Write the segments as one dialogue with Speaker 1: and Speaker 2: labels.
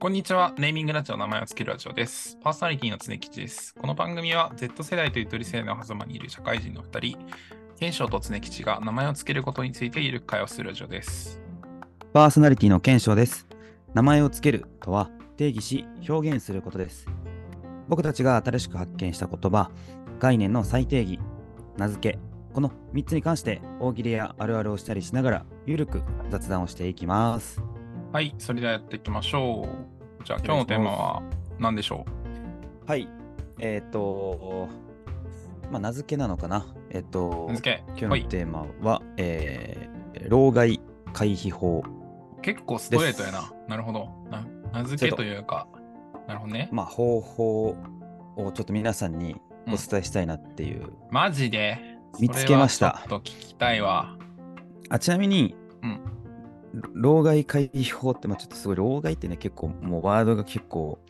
Speaker 1: こんにちは。ネーミングラジオ名前をつけるラジオです。パーソナリティの常吉です。この番組は Z 世代とゆとり世代の狭間にいる社会人の2人、賢章と常吉が名前をつけることについてゆるく会話するラジオです。
Speaker 2: パーソナリティの検証です。名前をつけるとは定義し表現することです。僕たちが新しく発見した言葉、概念の再定義、名付け、この3つに関して大喜利やあるあるをしたりしながらゆるく雑談をしていきます。
Speaker 1: はい、それではやっていきましょう。じゃあ今日のテーマは何でしょ
Speaker 2: はい。えっ、と、まあ、名付けなのかな。えっ、と
Speaker 1: う、名付け。
Speaker 2: 今
Speaker 1: は
Speaker 2: 日
Speaker 1: い
Speaker 2: の。テーマは、えー老害回避法。
Speaker 1: 結構ストレートやな。なるほど。な名付け
Speaker 2: スト
Speaker 1: と
Speaker 2: レ
Speaker 1: いうか、なるほどね。
Speaker 2: まあ、方法をちょっと皆さんに
Speaker 1: うん
Speaker 2: お伝えしたいなっていう
Speaker 1: マジで
Speaker 2: 見つけました
Speaker 1: それはちょっと聞きたいわ。
Speaker 2: あちなみに、
Speaker 1: うん
Speaker 2: 老害回避法って、まあ、ちょっとすごい老害ってね結構もうワードが結構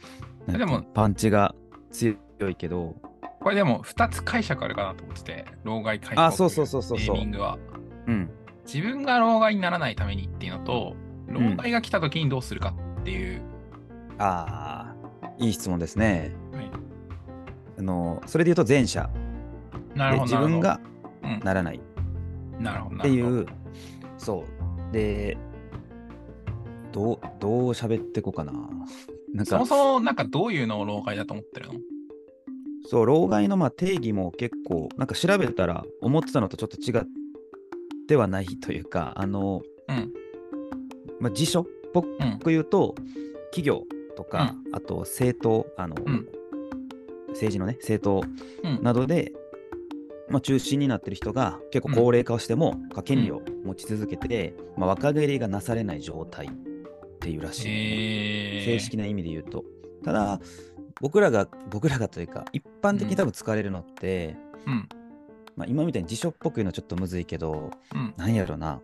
Speaker 2: なんていうの
Speaker 1: でも
Speaker 2: パンチが強いけど
Speaker 1: これでも2つ解釈あるかなと思ってて、老害解放
Speaker 2: あそうそうそうそうそう
Speaker 1: ネーミングは。
Speaker 2: うん
Speaker 1: 自分が老害にならないためにっていうのと、老害が来た時にどうするかっていう。
Speaker 2: あーいい質問ですね
Speaker 1: はい
Speaker 2: あのそれで言うと前者
Speaker 1: な
Speaker 2: で
Speaker 1: るほど。
Speaker 2: 自
Speaker 1: なる
Speaker 2: 分
Speaker 1: ほど
Speaker 2: が
Speaker 1: うん
Speaker 2: ならないっ
Speaker 1: なるほど。な
Speaker 2: て
Speaker 1: る
Speaker 2: い
Speaker 1: ほど
Speaker 2: うそうでどうどう喋ってこうかななん
Speaker 1: そ
Speaker 2: か
Speaker 1: もそもなんかどういうのを老害だと思ってるの
Speaker 2: そう、老害のまあ定義も結構、なんか調べたら思ってたのとちょっと違ってはないというか、あの、
Speaker 1: うん
Speaker 2: まあ、辞書っぽく
Speaker 1: うん。
Speaker 2: 言うと、企業とか、あと政党、あの、
Speaker 1: うん
Speaker 2: 政治のね、
Speaker 1: う
Speaker 2: 政
Speaker 1: ん
Speaker 2: 党などで、まあ、中心になってる人が結構高齢化をしても、まあ権利を持ち続けて、まあ、若返りがなされない状態っていうらしい、
Speaker 1: えー、
Speaker 2: 正式な意味で言うと。ただ、僕らが、僕らがというか、一般的に多分使われるのって、
Speaker 1: うん。
Speaker 2: まあ、今みたいに辞書っぽく言うのちょっとむずいけど、
Speaker 1: うん。
Speaker 2: なんやろな。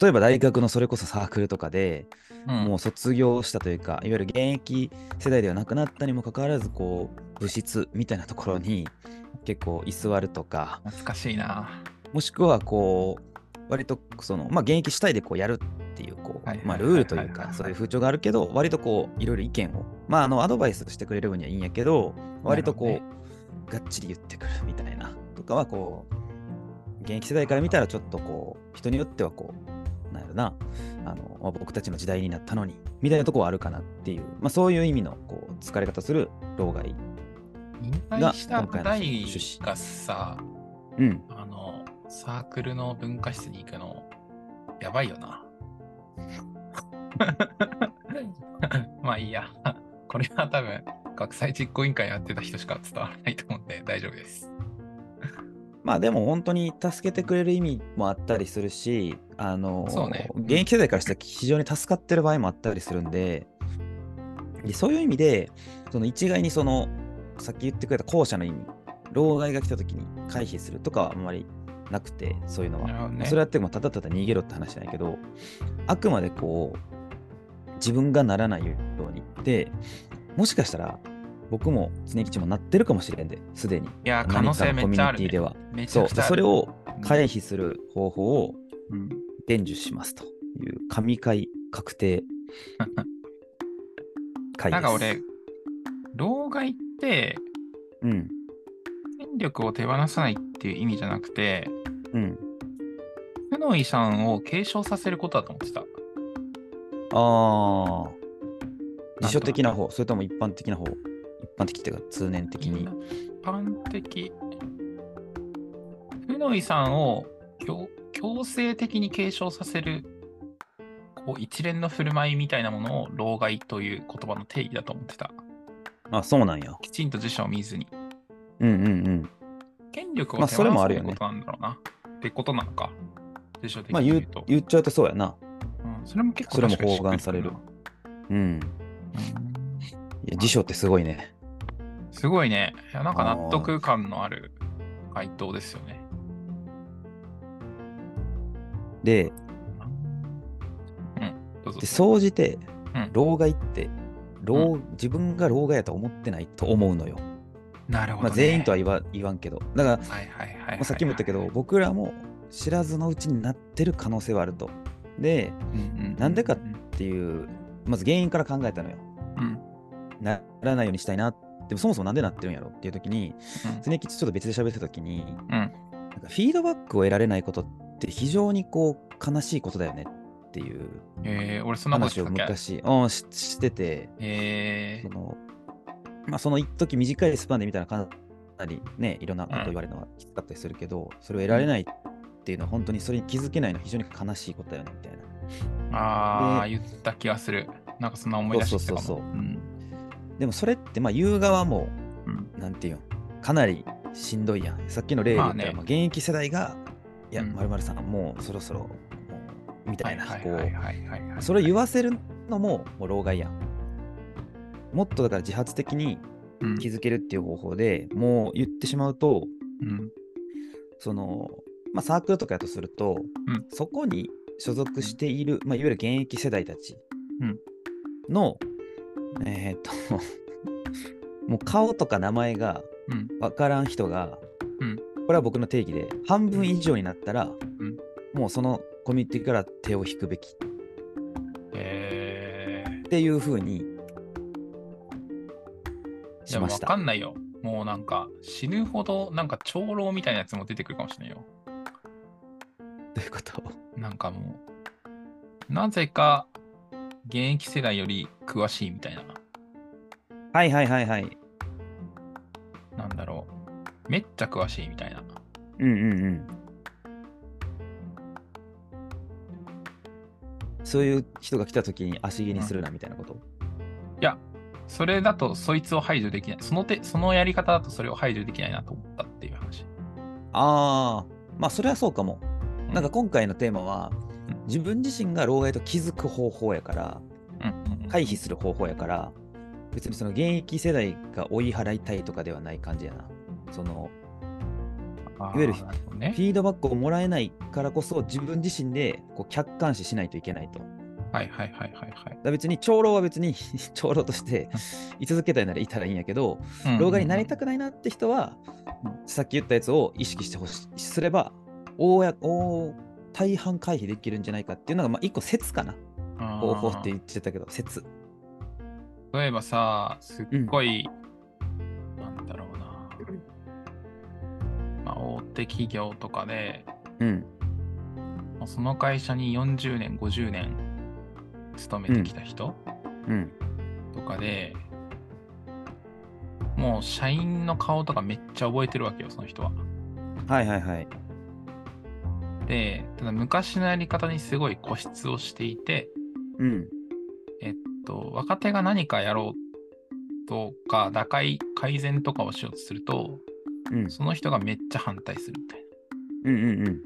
Speaker 2: 例えば大学のそれこそサークルとかで、
Speaker 1: うん、
Speaker 2: もう卒業したというか、いわゆる現役世代ではなくなったにもかかわらず、こう、部室みたいなところに結構居座るとか、
Speaker 1: 懐かしいな。
Speaker 2: もしくはこう、割とその、まあ、現役主体でこうやるっていう、こ、
Speaker 1: はいはいう
Speaker 2: まあ、ルールという
Speaker 1: はいはいはい
Speaker 2: か、そういう風潮があるけど、割とこう、いろいろ意見を、まあ、あの、アドバイスしてくれる分にはいいんやけど、割とこう、
Speaker 1: なるほ
Speaker 2: がっちり言ってくるみたいな、とかはこう、現役世代から見たら、ちょっとこう、人によってはこう、なんやろな、あの、まあ僕たちの時代になったのに、みたいなとこはあるかなっていう、まあ、そういう意味の、こう、疲れ方する老害。
Speaker 1: 引退した
Speaker 2: 今回の趣
Speaker 1: 代
Speaker 2: 旨
Speaker 1: がさ、
Speaker 2: うん。
Speaker 1: あの、サークルの文化室に行くの、やばいよな。 まあいいや。これは多分、学際実行委員会やってた人しか伝わらないと思うんで大丈夫です。
Speaker 2: まあでも本当に助けてくれる意味もあったりするし、あの、
Speaker 1: そうね
Speaker 2: 現役世代からしたら非常に助かってる場合もあったりするんで、でそういう意味で、その一概にその、さっき言ってくれた後者の意味、老害が来た時に回避するとかはあんまりなくて、そういうのは。
Speaker 1: なるほどね。
Speaker 2: それはってもただただ逃げろって話じゃないけど、あくまでこう、自分がならないようにって、もしかしたら、僕も常吉もなってるかもしれんで、すでに。
Speaker 1: いや、可能性めっちゃある、
Speaker 2: 何かのコミュニティで
Speaker 1: ね。
Speaker 2: は。
Speaker 1: めち
Speaker 2: そ
Speaker 1: ゃ
Speaker 2: う、
Speaker 1: くちゃある。
Speaker 2: それを
Speaker 1: え、
Speaker 2: 回避する方法を
Speaker 1: うん
Speaker 2: 伝授しますという、神回確定会
Speaker 1: な
Speaker 2: です。
Speaker 1: んか俺、老害って、
Speaker 2: うん、
Speaker 1: 権力を手放さないっていう意味じゃなくて、
Speaker 2: うん。
Speaker 1: 負の遺産を継承させることだと思ってた。
Speaker 2: ああ、辞書的な方、それとも一般的な方、一般的っていうか、通念的に。
Speaker 1: 一般的負の遺産を強強制的に継承させるこう一連の振る舞いみたいなものを老害という言葉の定義だと思ってた
Speaker 2: あ、そうなんや。
Speaker 1: きちんと辞書を見ずに
Speaker 2: うんうんうん。
Speaker 1: 権力を
Speaker 2: まあ
Speaker 1: 手
Speaker 2: それ
Speaker 1: 放
Speaker 2: も
Speaker 1: すと
Speaker 2: ある
Speaker 1: い
Speaker 2: よ
Speaker 1: う
Speaker 2: ね
Speaker 1: ことなんだろうな、ってことなのか辞書的
Speaker 2: まあ
Speaker 1: に
Speaker 2: 言
Speaker 1: 言
Speaker 2: う
Speaker 1: うと、
Speaker 2: 言っちゃうとそうやな。
Speaker 1: うんそれも結構
Speaker 2: それも
Speaker 1: 確かに
Speaker 2: 包含される
Speaker 1: しっく
Speaker 2: うん。
Speaker 1: りくるない
Speaker 2: や辞書ってすごいね。
Speaker 1: うんすごいねいやなんか納得感のある回答ですよね
Speaker 2: で、
Speaker 1: うんどうぞ
Speaker 2: で総じて
Speaker 1: うん、
Speaker 2: 老害って、老自分が老害やと思ってないと思うのよ。
Speaker 1: なるほど、
Speaker 2: ま
Speaker 1: ね
Speaker 2: あ、全員とは言わ言わんけど。だ
Speaker 1: はい
Speaker 2: から、
Speaker 1: はいはいはいはい、
Speaker 2: まあさっきも言ったけど、僕らも知らずのうちになってる可能性はあると。で、
Speaker 1: うんう
Speaker 2: なんでかっていう、まず原因から考えたのよ。
Speaker 1: うん。
Speaker 2: ならないようにしたいなでもそもそもなんでなってるんやろっていう時に常吉とちょっと別で喋ってた時に、なんかフィードバックを得られないことって非常にこう悲しいことだよねっていう
Speaker 1: うん、えー、俺そんなこと
Speaker 2: 話
Speaker 1: し
Speaker 2: を
Speaker 1: かけない。
Speaker 2: 昔うんししてて
Speaker 1: え
Speaker 2: そのまあその一時短いスパンで見たらかなりねいろんなこと言われるのはきつかったりするけど、それを得られないっていうのは本当にそれに気づけないのは非常に悲しいことだよねみたい
Speaker 1: ー、
Speaker 2: な。
Speaker 1: ああ、言った気がする。なんかそんな思い出してきたかも。
Speaker 2: そうそうそうそうんでもそれってまあ言う側も
Speaker 1: うん
Speaker 2: なんていうんかなりしんどいやん。さっきの例で言った
Speaker 1: まあ
Speaker 2: ら、
Speaker 1: ね
Speaker 2: まあ現役世代が、いや、
Speaker 1: うん
Speaker 2: まるまるさん、もうそろそろ、もうみた
Speaker 1: はいい
Speaker 2: な、
Speaker 1: はい
Speaker 2: こ
Speaker 1: はいはいはいは
Speaker 2: う、
Speaker 1: い。
Speaker 2: それを言わせるのも、もう老害やん。もっとだから自発的に
Speaker 1: うん
Speaker 2: 気づけるっていう方法で、もう言ってしまうと、
Speaker 1: うん
Speaker 2: その、まあ、サークルとかやとすると、
Speaker 1: うん
Speaker 2: そこに所属している、まあ、いわゆる現役世代たち
Speaker 1: うん
Speaker 2: の、えーっと、 もう顔とか名前が
Speaker 1: うん
Speaker 2: 分からん人が、
Speaker 1: うん
Speaker 2: これは僕の定義で、半分以上になったら、
Speaker 1: ん
Speaker 2: もうそのコミュニティから手を引くべきっ
Speaker 1: えー、
Speaker 2: ていうふうに
Speaker 1: い
Speaker 2: し
Speaker 1: や
Speaker 2: ま
Speaker 1: わ
Speaker 2: した
Speaker 1: か。んないよ。もうなんか死ぬほどなんか長老みたいなやつも出てくるかもしれないよ。
Speaker 2: ということ。
Speaker 1: なんかもう、なぜか現役世代より詳しいみたいな。
Speaker 2: はいはいはいはい。
Speaker 1: なんだろう。めっちゃ詳しいみたいな。
Speaker 2: うんうんうん。そういう人が来た時に足切りするなみたいなこと。
Speaker 1: それだとそいつを排除できない。その手、そのやり方だとそれを排除できないなと思ったっていう話。
Speaker 2: ああ、まあそれはそうかも。
Speaker 1: うん
Speaker 2: なんか今回のテーマは
Speaker 1: うん、
Speaker 2: 自分自身が老害と気づく方法やから、
Speaker 1: うんうんうん
Speaker 2: 回避する方法やから、別にその現役世代が追い払いたいとかではない感じやな。その
Speaker 1: あー
Speaker 2: いわゆる
Speaker 1: なるほど
Speaker 2: フ
Speaker 1: ね。
Speaker 2: ィードバックをもらえないからこそ自分自身でこう客観視しないといけないと。
Speaker 1: はいはいはいはいはい
Speaker 2: だから別に長老は別に 長老として居続けたいならいたらいいんやけど、。
Speaker 1: うんうんうん
Speaker 2: 老害になりたくないなって人は、さっき言ったやつを意識してほしいすれば大や大大半回避できるんじゃないかっていうのが、まあ、一個説かな方法って言ってたけど説
Speaker 1: 例えばさ、すっごい、なんだろうな、まあ、大手企業とかで、
Speaker 2: うん
Speaker 1: もうその会社に40年、50年勤めてきた人
Speaker 2: うん
Speaker 1: とかで、もう社員の顔とかめっちゃ覚えてるわけよ、その人は。
Speaker 2: はいはいはい
Speaker 1: で、ただ昔のやり方にすごい固執をしていて、
Speaker 2: うん
Speaker 1: えっと若手が何かやろうとか、打開、改善とかをしようとすると、
Speaker 2: うん
Speaker 1: その人がめっちゃ反対するみたいな。
Speaker 2: うんうんうん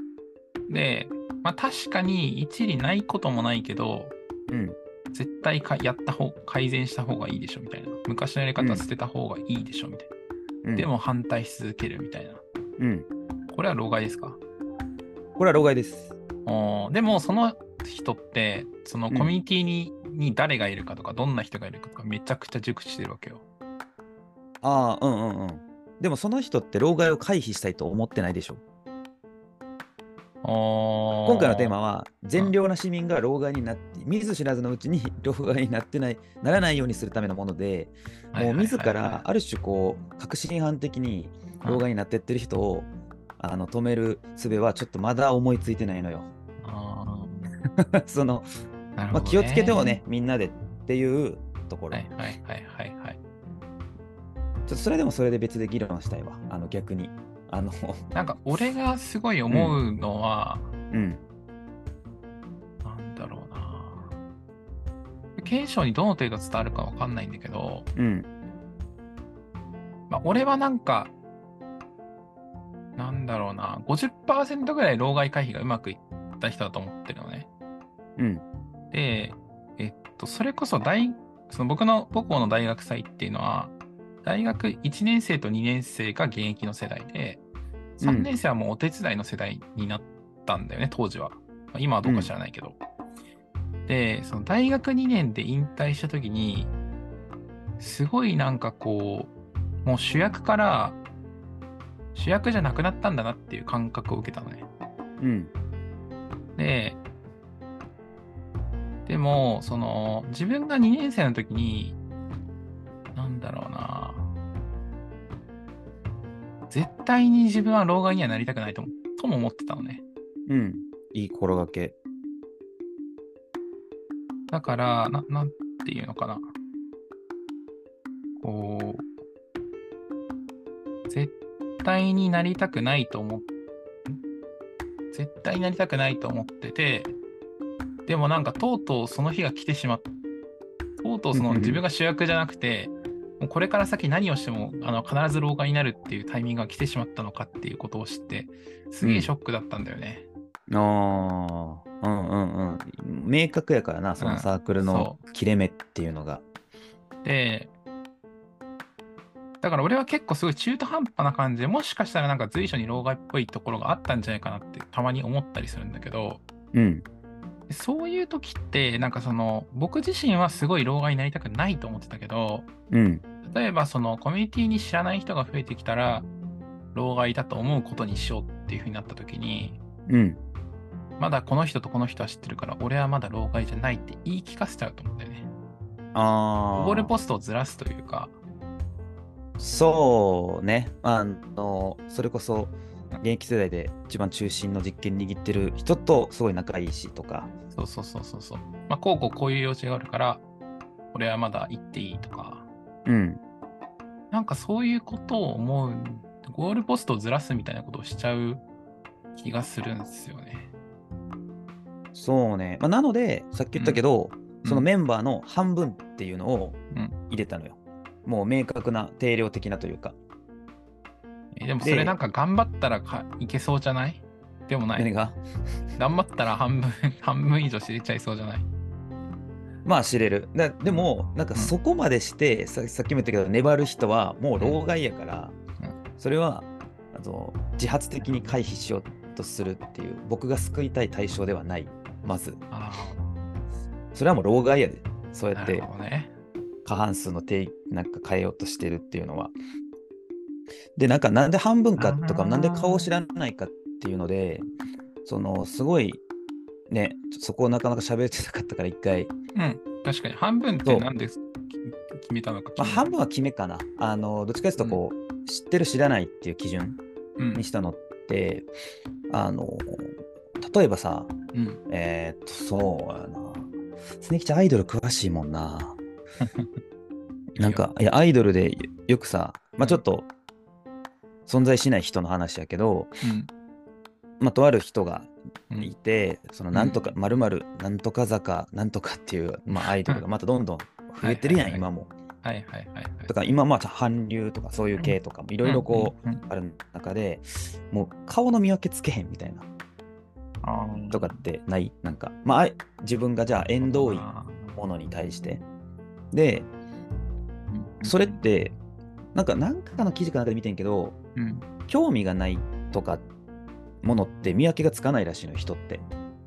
Speaker 1: で、まあ、確かに一理ないこともないけど、
Speaker 2: うん
Speaker 1: 絶対かやった方改善した方がいいでしょみたいな。昔のやり方は捨てた方がいいでしょみたいな。
Speaker 2: うん
Speaker 1: でも反対し続けるみたいな。
Speaker 2: うん
Speaker 1: これは老害ですか
Speaker 2: これは老害です
Speaker 1: おーでもその人って、そのコミュニティに,、に誰がいるかとか、どんな人がいるかとか、めちゃくちゃ熟知してるわけよ。
Speaker 2: ああうんうんうんでもその人って老害を回避したいと思ってないでしょ今
Speaker 1: 今
Speaker 2: 回のテーマは善良な市民が老害になって見ず知らずのうちに老害になってないならないようにするためのものでもう自らある種こう確信犯的に老害になってってる人をあの止める術はちょっとまだ思いついてないのよ。 その、まあ、気をつけてもね。みんなでっていうところ、
Speaker 1: はいはいはいはいはい。
Speaker 2: ちょっとそれでもそれで別で議論したいわあの逆にあの
Speaker 1: なんか俺がすごい思うのは、
Speaker 2: うん
Speaker 1: なんだろうな。検証にどの程度伝わるかわかんないんだけど、
Speaker 2: うん
Speaker 1: まあ、俺はなんか、なんだろうな、50%ぐらい老害回避がうまくいった人だと思ってるのね。
Speaker 2: うん
Speaker 1: で、えっと、それこそ大、その僕の母校の大学祭っていうのは、大学1年生と2年生が現役の世代で、
Speaker 2: うん
Speaker 1: 3年生はもうお手伝いの世代になったんだよね、当時は。まあ今はどうか知らないけど。で、その大学2年で引退した時に、すごいなんかこう、もう主役から、主役じゃなくなったんだなっていう感覚を受けたのね。
Speaker 2: うん
Speaker 1: で、でも、その、自分が2年生の時に、だろうな。絶対に自分は老害にはなりたくないともとも思ってたのね。
Speaker 2: うん。いい心がけ。
Speaker 1: だから、ななんていうのかな。こう、絶対になりたくないと思っん絶対になりたくないと思ってて、でもなんかとうとうその日が来てしまった。とうとうそ
Speaker 2: うん
Speaker 1: の
Speaker 2: うんうん
Speaker 1: 自分が主役じゃなくて、もうこれから先何をしてもあの必ず老害になるっていうタイミングが来てしまったのかっていうことを知って、すげえショックだったんだよね。
Speaker 2: ああ、うんうんうん。明確やからな、そのサークルの切れ目っていうのが。
Speaker 1: で、だから俺は結構すごい中途半端な感じで、もしかしたらなんか随所に老害っぽいところがあったんじゃないかなってたまに思ったりするんだけど、
Speaker 2: うん。
Speaker 1: でそういう時って、なんかその、僕自身はすごい老害になりたくないと思ってたけど、
Speaker 2: うん。
Speaker 1: 例えばそのコミュニティに知らない人が増えてきたら、老害だと思うことにしようっていう風になった時に、
Speaker 2: うん。
Speaker 1: まだこの人とこの人は知ってるから、俺はまだ老害じゃないって言い聞かせちゃうと思うんだよね。
Speaker 2: ああ。
Speaker 1: ゴールポストをずらすというか、
Speaker 2: そうね。あの、それこそ、現役世代で一番中心の実験握ってる人とすごい仲いいしとか。
Speaker 1: そうそうそうそうそう。まあ、こうこうこういう用事があるから、これはまだ行っていいとか、
Speaker 2: うん。
Speaker 1: なんかそういうことを思う、ゴールポストをずらすみたいなことをしちゃう気がするんですよね。
Speaker 2: そうね。まあ、なので、さっき言ったけど、
Speaker 1: うん
Speaker 2: そのメンバーの半分っていうのを
Speaker 1: うん
Speaker 2: 入れたのよ。もう明確な定量的なというか。
Speaker 1: えでもそれなんか頑張ったらかいけそうじゃないでもな
Speaker 2: 何
Speaker 1: い。
Speaker 2: が
Speaker 1: 頑張ったら半分、 半分以上知れちゃいそうじゃない
Speaker 2: まあ知れる。だでも、なんか
Speaker 1: うん
Speaker 2: そこまでして、ささっきも言ったけど、粘る人はもう老害やから、
Speaker 1: うん
Speaker 2: それはあの自発的に回避しようとするっていう、僕が救いたい対象ではない、まず。
Speaker 1: あ
Speaker 2: それはもう老害やで、そう
Speaker 1: あ、
Speaker 2: や
Speaker 1: な
Speaker 2: っ
Speaker 1: る
Speaker 2: て
Speaker 1: ほどね。
Speaker 2: 過半数の定なんか変えようとしてるっていうのは。で、なんかなんで半分かとか、
Speaker 1: あー
Speaker 2: なんで顔を知らないかっていうので、そのすごい、ね、そこをなかなか喋れてなかったから、一回
Speaker 1: うん、確かに。半分っ
Speaker 2: そ
Speaker 1: て
Speaker 2: う
Speaker 1: 何でき決めたのか気
Speaker 2: まあ、
Speaker 1: にな
Speaker 2: 半
Speaker 1: る。
Speaker 2: 分は決めかな。あのどっちかというとこう、知ってる知らないっていう基準にしたのって、あの例えばさ、
Speaker 1: うん。うん。
Speaker 2: えーっと、そうやな。スネキちゃんアイドル詳しいも んな。なんか、いや、アイドルでよくさ、まあちょっと存在しない人の話やけど、まあとある人が
Speaker 1: うん。
Speaker 2: いて、そのなんとか、まるまるなんとか坂、なんとかっていう、まあアイドルがまたどんどん増えてるや
Speaker 1: はいはい
Speaker 2: ん、
Speaker 1: はい
Speaker 2: 今も。
Speaker 1: はいはいはいはい。
Speaker 2: とか今まあ韓流とかそういう系とかもいろいろこ
Speaker 1: うん。うんうん
Speaker 2: うある中でもう顔の見分けつけへんみたいな
Speaker 1: あー
Speaker 2: とかってないなんかまああい自分がじゃあ縁遠い
Speaker 1: あ
Speaker 2: ものに対してで
Speaker 1: ー
Speaker 2: それってなんか何かの記事かなんかで見てんけど
Speaker 1: うん。
Speaker 2: 興味がないとかものって見分けがつかないらしいの人って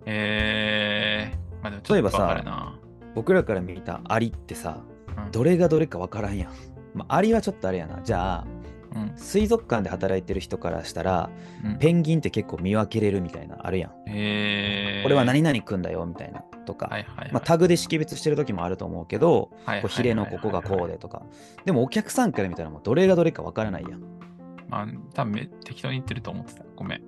Speaker 1: えー、まあでもちょっと
Speaker 2: 例えばさ
Speaker 1: わかるな。
Speaker 2: 僕らから見たアリってさ
Speaker 1: うん
Speaker 2: どれがどれか分からんやん、まあ、アリはちょっとあれやなじゃあ
Speaker 1: うん
Speaker 2: 水族館で働いてる人からしたら
Speaker 1: うん
Speaker 2: ペンギンって結構見分けれるみたいなあるやん。
Speaker 1: えー、
Speaker 2: これは何々くんだよみたいなとか、
Speaker 1: はいはいはい、
Speaker 2: まあ、タグで識別してる時もあると思うけど、
Speaker 1: はいはいはいはい
Speaker 2: こうヒレのここがこうでとか、でもお客さんから見たらもうどれがどれかわからないやん。
Speaker 1: まあ、多分め適当に言ってると思ってた。ごめん。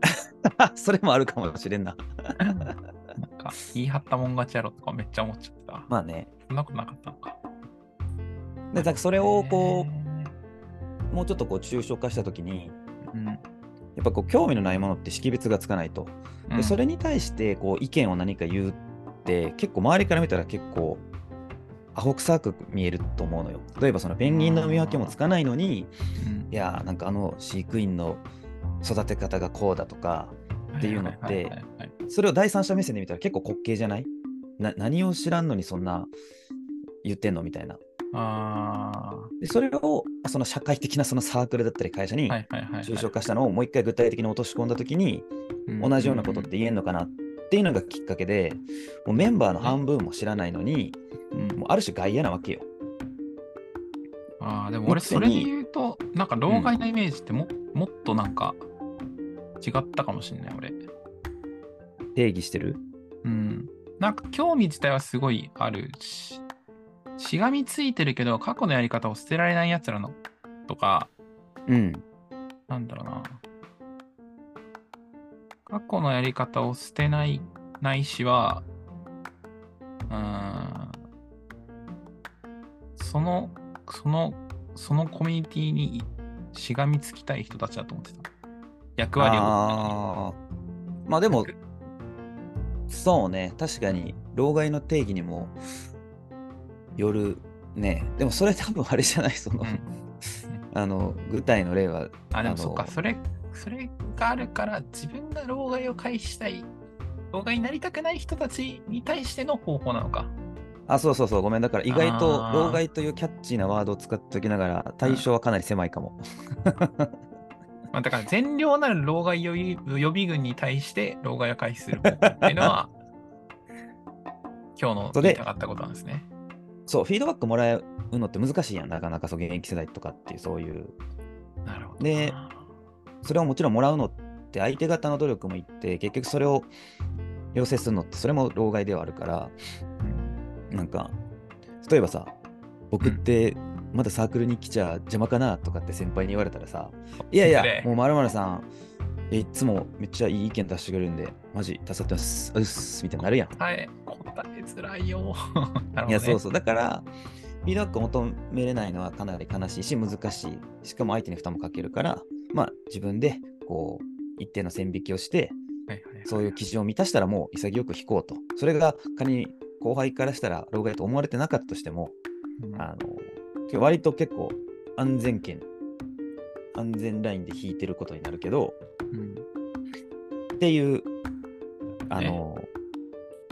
Speaker 2: それもあるかもしれんな。
Speaker 1: なんか、 言い張ったもん勝ちやろとかめっちゃ思っちゃった。
Speaker 2: まあね。
Speaker 1: そんなことなかったのか。
Speaker 2: でなんかそれをこ
Speaker 1: え
Speaker 2: う、もうちょっとこう抽象化した時に、
Speaker 1: ーうん
Speaker 2: やっぱこう興味のないものって識別がつかないと。
Speaker 1: うん
Speaker 2: でそれに対してこう意見を何か言うって、結構周りから見たら結構、アホ臭く見えると思うのよ。例えばそのペンギンの見分けもつかないのに、
Speaker 1: うん
Speaker 2: いやーなんかあの飼育員の育て方がこうだとかっていうのって
Speaker 1: はいはいはいはい
Speaker 2: それを第三者目線で見たら結構滑稽じゃないな何を知らんのにそんな言ってんのみたいな
Speaker 1: あ
Speaker 2: でそれをその社会的なそのサークルだったり会社
Speaker 1: ー
Speaker 2: に
Speaker 1: はいはいはいはい。
Speaker 2: 抽象化したのをもう一回具体的に落とし込んだ時に
Speaker 1: うん
Speaker 2: 同じようなことって言えんのかなっていうのがきっかけでもうメンバーの半分も知らないのに
Speaker 1: うん
Speaker 2: もうある種外野なわけよ
Speaker 1: ああ、でも俺、それで言うと、なんか、老害なイメージっても,、もっとなんか、違ったかもしれない、俺。
Speaker 2: 定義してる
Speaker 1: うん。なんか、興味自体はすごいあるし、しがみついてるけど、過去のやり方を捨てられない奴らの、とか、
Speaker 2: うん。
Speaker 1: なんだろうな。過去のやり方を捨てない、ないしは、うーん、その、その、そのコミュニティにしがみつきたい人たちだと思ってた。役割を持ってない。
Speaker 2: あーまあでも、そうね、確かに、老害の定義にもよるね。でもそれ多分あれじゃない、その、
Speaker 1: うん
Speaker 2: あの、具体の例は、
Speaker 1: あ、でも
Speaker 2: あの
Speaker 1: そっか、それ、それがあるから、自分が老害を回避したい、老害になりたくない人たちに対しての方法なのか。
Speaker 2: あ、そうそうそう、ごめん、だから意外と、
Speaker 1: あー
Speaker 2: 老害というキャッチーなワードを使っておきながら、対象はかなり狭いかも。
Speaker 1: まあ、だから、善良なる老害予備予備軍に対して、老害を回避する方法っていうの は、今日の言いたかったことなんですね。
Speaker 2: そう、フィードバックもらうのって難しいやん、なかなかそう現役世代とかっていう、そういう。
Speaker 1: なるほど。
Speaker 2: でそれをもちろんもらうのって相手方の努力もいって結局それを要請するのってそれも老害ではあるからなんか例えばさ僕ってまだサークルに来ちゃ邪魔かなとかって先輩に言われたらさいやいやもうまるさんいつもめっちゃいい意見出してくれるんでマジ助かってますうっすみたいになるやん
Speaker 1: 答え、答えづらいよ。 なるほど、ね。
Speaker 2: いやそうそうだからフィードバックを求めれないのはかなり悲しいし難しいしかも相手に負担もかけるからまあ自分でこう一定の線引きをして
Speaker 1: はいはいはい
Speaker 2: そういう基準を満たしたらもう潔く引こうと。それが仮に後輩からしたら老害と思われてなかったとしても、
Speaker 1: うん
Speaker 2: あの割と結構安全圏、安全ラインで引いてることになるけど、
Speaker 1: うん
Speaker 2: っていう、あの、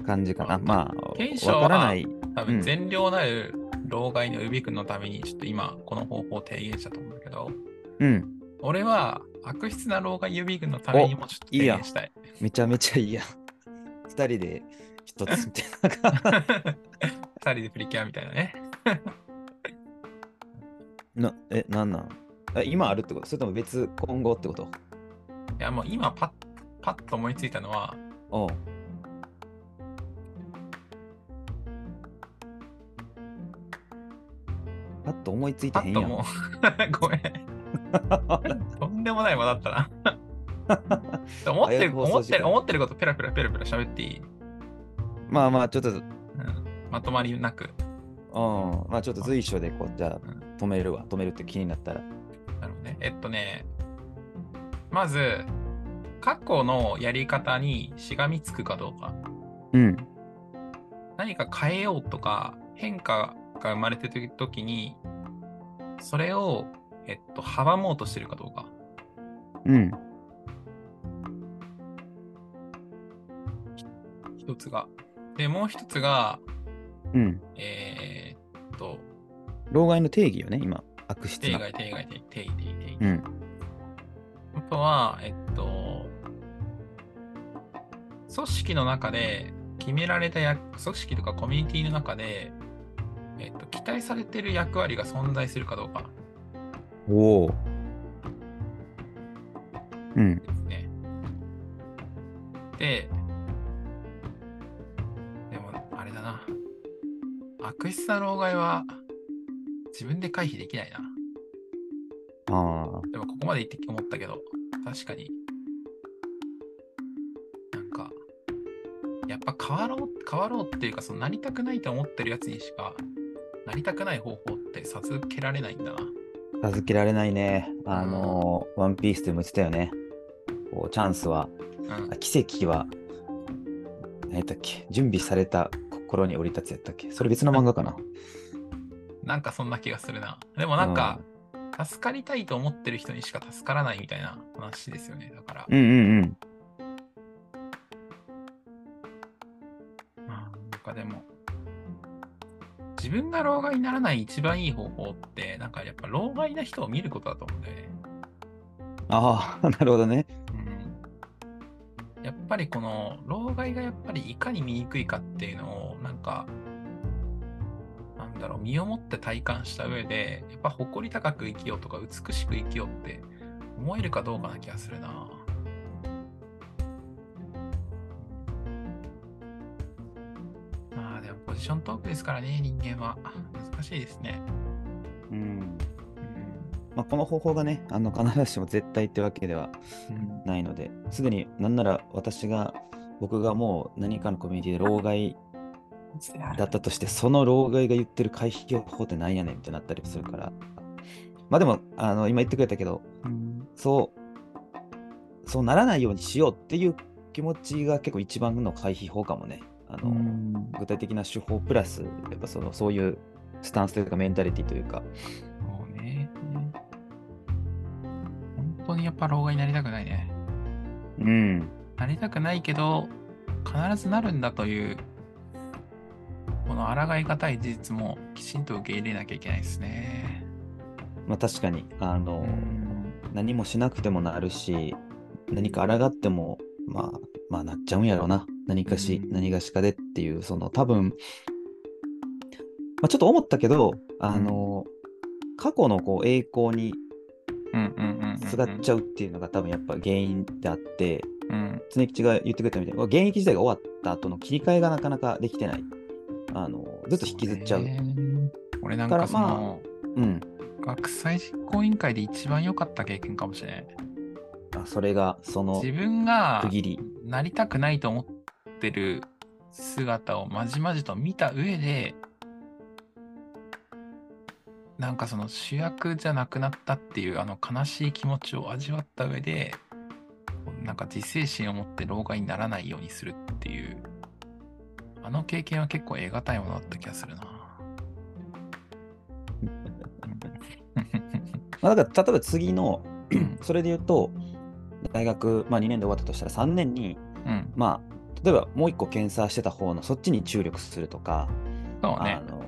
Speaker 2: 感じかな。ま
Speaker 1: 賢
Speaker 2: あ、
Speaker 1: 者は
Speaker 2: わからない。
Speaker 1: 多
Speaker 2: う
Speaker 1: 分
Speaker 2: ん
Speaker 1: 善良なる老害の予備軍のためにちょっと今この方法を提言したと思うんだけど
Speaker 2: うん、
Speaker 1: 俺は悪質な老害予備軍のためにもちょっと提言したい。
Speaker 2: めちゃめちゃいいやん。二人で一つみたい な
Speaker 1: 二人でプリキュアみたいなね。
Speaker 2: な。え、なんなんえ今あるってことそれとも別今後ってこと
Speaker 1: いやもう今パッパッと思いついたのは
Speaker 2: おうパッと思いついて
Speaker 1: パ
Speaker 2: へん
Speaker 1: ッ
Speaker 2: や
Speaker 1: と
Speaker 2: ん。
Speaker 1: もう ごめん とんでもないものだったな。思って
Speaker 2: 早く
Speaker 1: る
Speaker 2: 放送
Speaker 1: 思っ
Speaker 2: 時
Speaker 1: て
Speaker 2: 間
Speaker 1: る思ってることペラペラペラペラ喋っていい、
Speaker 2: まあまあ、ちょっと、うん、
Speaker 1: うん、まとまりなく。
Speaker 2: まあちょっと随所でこう、じゃあ
Speaker 1: うん
Speaker 2: 止めるわ、止めるって気になったら。
Speaker 1: なるほどね。えっとね、まず、過去のやり方にしがみつくかどうか、
Speaker 2: うん、
Speaker 1: 何か変えようとか、変化が生まれてるときに、それを、えっと、阻もうとしてるかどうか。
Speaker 2: うん、
Speaker 1: 一つが。で、もう一つが、
Speaker 2: うん。
Speaker 1: えーっと、
Speaker 2: 老害の定義よね、今、悪質
Speaker 1: 定
Speaker 2: な。
Speaker 1: 外、定外、定定義、定義、定義。
Speaker 2: うん、
Speaker 1: あとは、えっと、組織の中で決められた役、組織とかコミュニティの中で、えっと、期待されてる役割が存在するかどうか
Speaker 2: おお。うん、
Speaker 1: ですね。で、でも、あれだな。悪質な老害は自分で回避できないな。
Speaker 2: ああ、
Speaker 1: でもここまで言って思ったけど、確かに。なんか、やっぱ変わろう、変わろうっていうか、そのなりたくないと思ってるやつにしか、なりたくない方法って授けられないんだな。
Speaker 2: 授けられないね。あのー、ワンピースでも言ってたよね。こう、チャンスは
Speaker 1: うん
Speaker 2: あ。奇跡は何やったっけ準備された心に降り立つやったっけそれ別の漫画かな
Speaker 1: なんかそんな気がするな。でもなんか、助かりたいと思ってる人にしか助からないみたいな話ですよね。だから、
Speaker 2: うんうんうん
Speaker 1: まあなんかでも、自分が老害にならない一番いい方法って、なんかやっぱ老害な人を見ることだと思うんだよね。
Speaker 2: ああ なるほどね
Speaker 1: うんやっぱりこの老害がやっぱりいかに醜いかっていうのをなんかなんだろう身をもって体感した上でやっぱ誇り高く生きようとか美しく生きようって思えるかどうかな気がするな。まあでも個ジショントークですからね、人間は。難しいですね。
Speaker 2: うん
Speaker 1: うん
Speaker 2: まあ、この方法がね、あの必ずしも絶対ってわけでは
Speaker 1: うん
Speaker 2: ないので、すでになんなら私が、僕がもう何かのコミュニティで老害だったとして、その老害が言ってる回避法ってなんやねんってなったりするから。まあでも、あの今言ってくれたけど、
Speaker 1: うん
Speaker 2: そう、そうならないようにしようっていう気持ちが結構一番の回避法かもね。あの
Speaker 1: うん
Speaker 2: 具体的な手法プラス、やっぱそのそういうスタンスというかメンタリティというか、
Speaker 1: そうね。本当にやっぱ老害になりたくないね。
Speaker 2: うん、
Speaker 1: なりたくないけど、必ずなるんだという、この抗いがたい事実もきちんと受け入れなきゃいけないですね。
Speaker 2: まあ確かに、あの、
Speaker 1: うん
Speaker 2: 何もしなくてもなるし、何か抗っても、まあ、まあなっちゃうんやろうな。何かし、
Speaker 1: うん
Speaker 2: 何がしかでっていう、その多分、まあ、ちょっと思ったけど、あの、過去のこう栄光に
Speaker 1: うんうんうんうん。
Speaker 2: すがっちゃうっていうのが多分やっぱ原因であって、
Speaker 1: うん。
Speaker 2: 常吉が言ってくれたみたいに、現役時代が終わった後の切り替えがなかなかできてない。あの、ずっと引きずっちゃう。
Speaker 1: ね俺なんかそ
Speaker 2: だから
Speaker 1: の、
Speaker 2: うん。
Speaker 1: 学祭実行委員会で一番良かった経験かもしれない。
Speaker 2: あそれが、その
Speaker 1: 自分が
Speaker 2: 区切り。
Speaker 1: なりたくないと思ってる姿をまじまじと見た上でなんかその主役じゃなくなったっていうあの悲しい気持ちを味わった上でこうなんか自制心を持って老害にならないようにするっていうあの経験は結構得難いものだった気がする な。
Speaker 2: まあ、だから例えば次の
Speaker 1: うん、
Speaker 2: それで言うと、大学、まあ、2年で終わったとしたら3年に、
Speaker 1: うん、
Speaker 2: まあ、例えばもう一個検査してた方のそっちに注力するとか、
Speaker 1: そう
Speaker 2: あ
Speaker 1: ね。
Speaker 2: の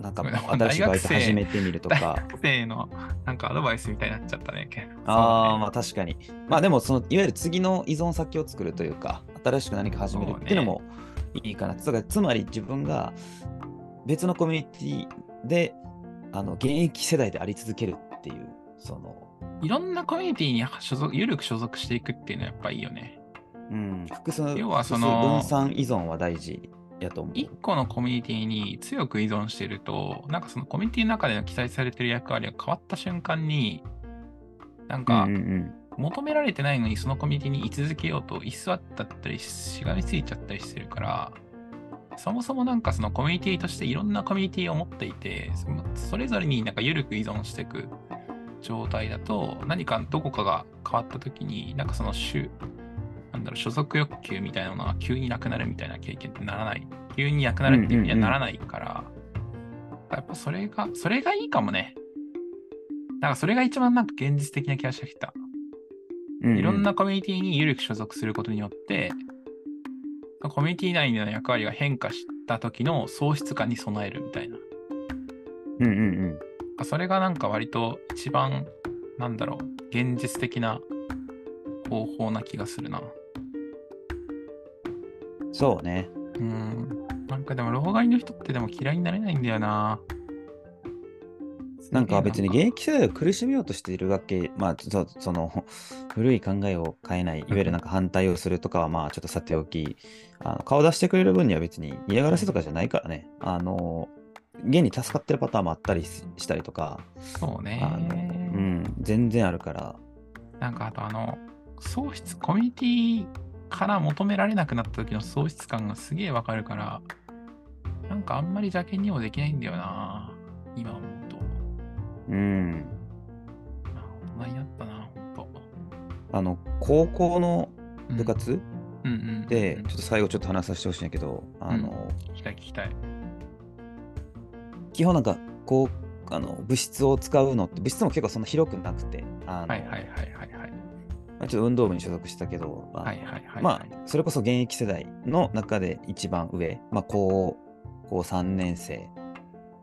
Speaker 2: なんか
Speaker 1: ごめん
Speaker 2: 新しいバイ ト
Speaker 1: 大学生
Speaker 2: 始めてみると
Speaker 1: 大
Speaker 2: か、
Speaker 1: 学生のなんかアドバイスみたいになっちゃったね。そ
Speaker 2: ああ
Speaker 1: うね
Speaker 2: まあ確かに。まあでもその、いわゆる次の依存先を作るというか、新しく何か始めるっていうのもいいかな。つまりつまり自分が別のコミュニティであの現役世代であり続けるっていう、その、
Speaker 1: いろんなコミュニティに所属、緩く所属していくっていうのはやっぱいいよね。
Speaker 2: うん、複数
Speaker 1: 要はその
Speaker 2: 複数分散依存は大事やと思う。
Speaker 1: 一個のコミュニティに強く依存してると、なんかそのコミュニティの中での期待されてる役割が変わった瞬間に、なんか
Speaker 2: うんうんうん
Speaker 1: 求められてないのにそのコミュニティに居続けようと居座ったったりしがみついちゃったりしてるから、そもそもなんかそのコミュニティとしていろんなコミュニティを持っていて、そのそれぞれになんか緩く依存していく状態だと、何かどこかが変わった時に、なんかその種、なんだろう、所属欲求みたいなのが急になくなるみたいな経験ってならない。急になくなるっていう意味には
Speaker 2: うんうんうん
Speaker 1: ならないから、やっぱそれが、それがいいかもね。なんかそれが一番なんか現実的な気がしてきた。
Speaker 2: うんうん
Speaker 1: いろんなコミュニティに緩く所属することによって、コミュニティ内での役割が変化した時の喪失感に備えるみたいな。
Speaker 2: うんうん
Speaker 1: それがなんか割と一番、なんだろう、現実的な方法な気がするな。
Speaker 2: うんそうね
Speaker 1: うん。なんかでも、老害の人ってでも嫌いになれないんだよな。
Speaker 2: なんか別に
Speaker 1: すげえ
Speaker 2: 現役世代を苦しめようとしているわけまあそその 古い考えを変えないいわゆるなんか反対をするとかはまあちょっとさておきあの顔出してくれる分には別に嫌がらせとかじゃないからねあの現に助かってるパターンもあったりししたりとか、
Speaker 1: そうね。
Speaker 2: あのうん、全然あるから
Speaker 1: なんかあとあの、喪失、コミュニティから求められなくなった時の喪失感がすげえわかるから、なんかあんまり邪険にもできないんだよな今思うと。
Speaker 2: うん
Speaker 1: あ大人になったな本
Speaker 2: あの高校の
Speaker 1: 当。
Speaker 2: 部活、
Speaker 1: うんうんうんうん
Speaker 2: で、ちょっと最後ちょっと話させてほしいんやけど、あの、
Speaker 1: 聞きたい聞きたい。
Speaker 2: 基本なんか、こう、あの、物質を使うのって、物質も結構そんな広くなくて、あの、
Speaker 1: はいはいはいはいはい。
Speaker 2: まあちょっと運動部に所属してたけど、まあ
Speaker 1: はいはいはい。
Speaker 2: まあ、それこそ現役世代の中で一番上、まあ、高高3年生、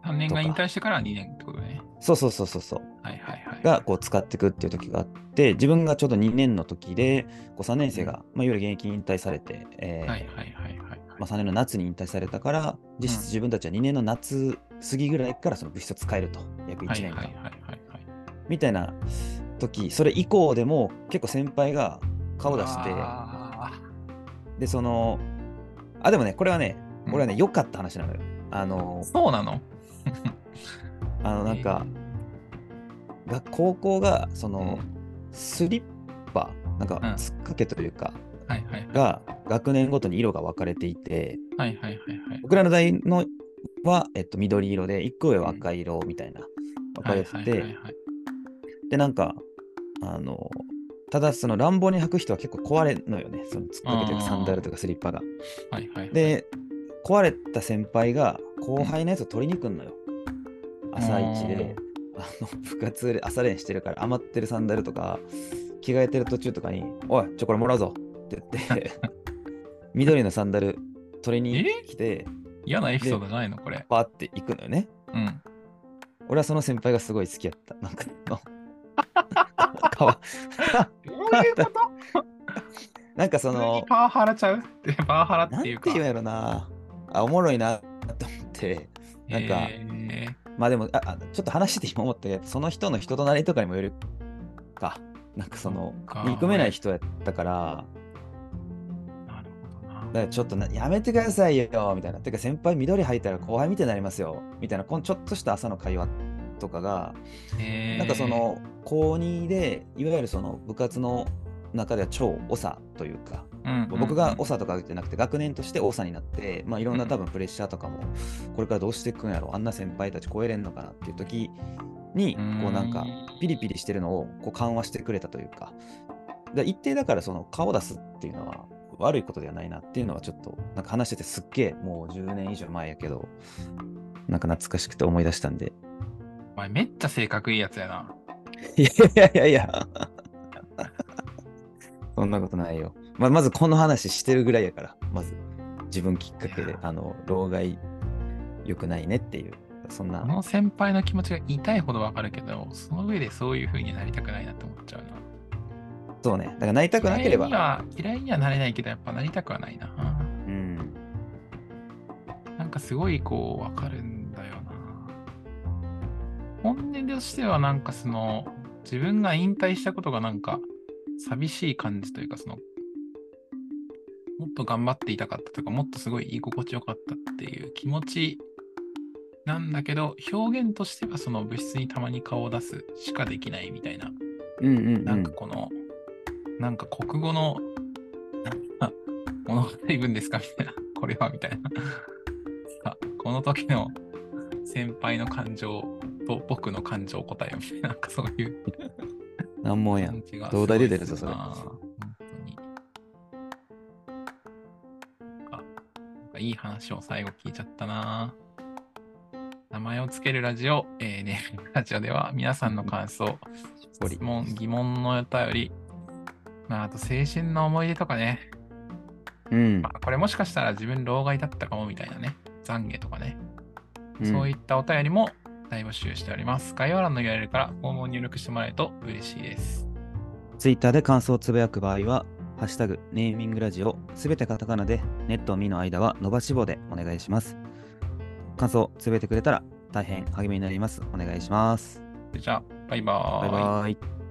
Speaker 1: あ、3年が引退してから2年ってことね。
Speaker 2: そうそうそうそうそう、
Speaker 1: はいはいはい。
Speaker 2: がこう使っていくっていう時があって、自分がちょうど2年の時で、こう3年生が、まあ、いわゆる現役引退されて、えー
Speaker 1: はいはいはいはい。
Speaker 2: まあ、3年の夏に引退されたから、実質自分たちは2年の夏過ぎぐらいからその物質を使えると、約1
Speaker 1: はいは
Speaker 2: 年
Speaker 1: いはい
Speaker 2: 間。
Speaker 1: はいはい。
Speaker 2: みたいな時、それ以降でも結構先輩が顔出して、
Speaker 1: あ
Speaker 2: で、その、あ、でもね、これはね、これはね、良かった話なのよ。あの、
Speaker 1: そうなの
Speaker 2: あのなんか、が高校が、その、スリッパ、なんか、
Speaker 1: うん
Speaker 2: つっかけというか、
Speaker 1: はいはい
Speaker 2: が、学年ごとに色が分かれていて、
Speaker 1: はいはいはいはい。
Speaker 2: 僕らの代のは、えっと、緑色で、一個上は赤色みたいな、分かれて
Speaker 1: はいはいはい
Speaker 2: て、
Speaker 1: はい
Speaker 2: で、なんか、あの、ただその乱暴に履く人は結構壊れんのよね、そのつっかけというか
Speaker 1: あー
Speaker 2: サンダルとかスリッパが。
Speaker 1: はいはいはい、
Speaker 2: で、壊れた先輩が後輩のやつを取りに来んのよ。朝一で、あの部活で朝練してるから余ってるサンダルとか、着替えてる途中とかに、おい、ちょ、これもらうぞって 言って、緑のサンダル取りに来て、
Speaker 1: 嫌なエピソードじゃないのこれ。
Speaker 2: パーって行くのよね。
Speaker 1: うん。
Speaker 2: 俺はその先輩がすごい好きやった。なんか、あ のかわ
Speaker 1: どういうこと
Speaker 2: なんかそ
Speaker 1: 普通に
Speaker 2: の、
Speaker 1: パワハラちゃう ってパワハラ
Speaker 2: な
Speaker 1: っ
Speaker 2: ん
Speaker 1: てい
Speaker 2: て
Speaker 1: うか。
Speaker 2: 言うんやろな。あ、おもろいなと思って。なんか
Speaker 1: え
Speaker 2: まあでもああちょっと話して今思ったけどその人の人となりとかにもよるかなんかその
Speaker 1: そっか
Speaker 2: 憎めない人やったから
Speaker 1: ーなるほどな。
Speaker 2: だからちょっとなやめてくださいよみたいなてか先輩緑入ったら後輩みたいになりますよみたいなこのちょっとした朝の会話とかが
Speaker 1: えー
Speaker 2: なんかそ、の高2でいわゆるその部活の中では超長というか
Speaker 1: うんうん
Speaker 2: 僕が
Speaker 1: うん
Speaker 2: 長とかじゃなくて学年として長になって、まあ、いろんな多分プレッシャーとかもこれからどうしていくんやろあんな先輩たち超えれんのかなっていう時にこうなんかピリピリしてるのをこう緩和してくれたというかだ一定だからその顔出すっていうのは悪いことではないなっていうのはちょっとなんか話しててすっげえもう10年以上前やけどなんか懐かしくて思い出したんで
Speaker 1: お前めっちゃ性格いいやつやな。
Speaker 2: いやいやいや そんなことないよ、まあ、まずこの話してるぐらいやからまず自分きっかけ
Speaker 1: い
Speaker 2: で
Speaker 1: や
Speaker 2: あの老害良くないねっていうそん
Speaker 1: こ
Speaker 2: な
Speaker 1: の先輩の気持ちが痛いほどわかるけど、その上でそういう風になりたくないなって思っちゃうな。
Speaker 2: そうねだから泣いたくなければ
Speaker 1: 嫌いには嫌いにはなれないけど、やっぱなりたくはないな。
Speaker 2: うん
Speaker 1: なんかすごいこう、わかるんだよな。本音としては、なんかその、自分が引退したことがなんか、寂しい感じというか、その、もっと頑張っていたかったとか、もっとすごい居心地よかったっていう気持ちなんだけど、表現としてはその部室にたまに顔を出すしかできないみたいな
Speaker 2: うんうん、うん、
Speaker 1: なんかこの、なんか国語の、なんか物語文ですか みたいな、これはみたいな。 あこの時の先輩の感情と僕の感情を答えようみ たいな、なんかそういう
Speaker 2: なんもんやん
Speaker 1: 感じがすご
Speaker 2: 東
Speaker 1: いするな。
Speaker 2: 大出てるぞそれ
Speaker 1: 本当に。あなんかいい話を最後聞いちゃったな。名前をつけるラジオ、えー、ネームラジオでは皆さんの感想、質問、疑問のお便り、まあ、あと青春の思い出とかね、
Speaker 2: うん
Speaker 1: まあ、これもしかしたら自分老害だったかもみたいなね、懺悔とかね、
Speaker 2: うん
Speaker 1: そういったお便りも大募集しております。概要欄の URL からフォームを入力してもらえると嬉しいです。
Speaker 2: ツイッターで感想をつぶやく場合は、ハッシュタグ、ネーミングラジオ、すべてカタカナで、ネットを見の間は伸ばし棒でお願いします。感想をつぶやいてくれたら大変励みになります。お願いします。
Speaker 1: じゃあ、バイバー
Speaker 2: バイバイ。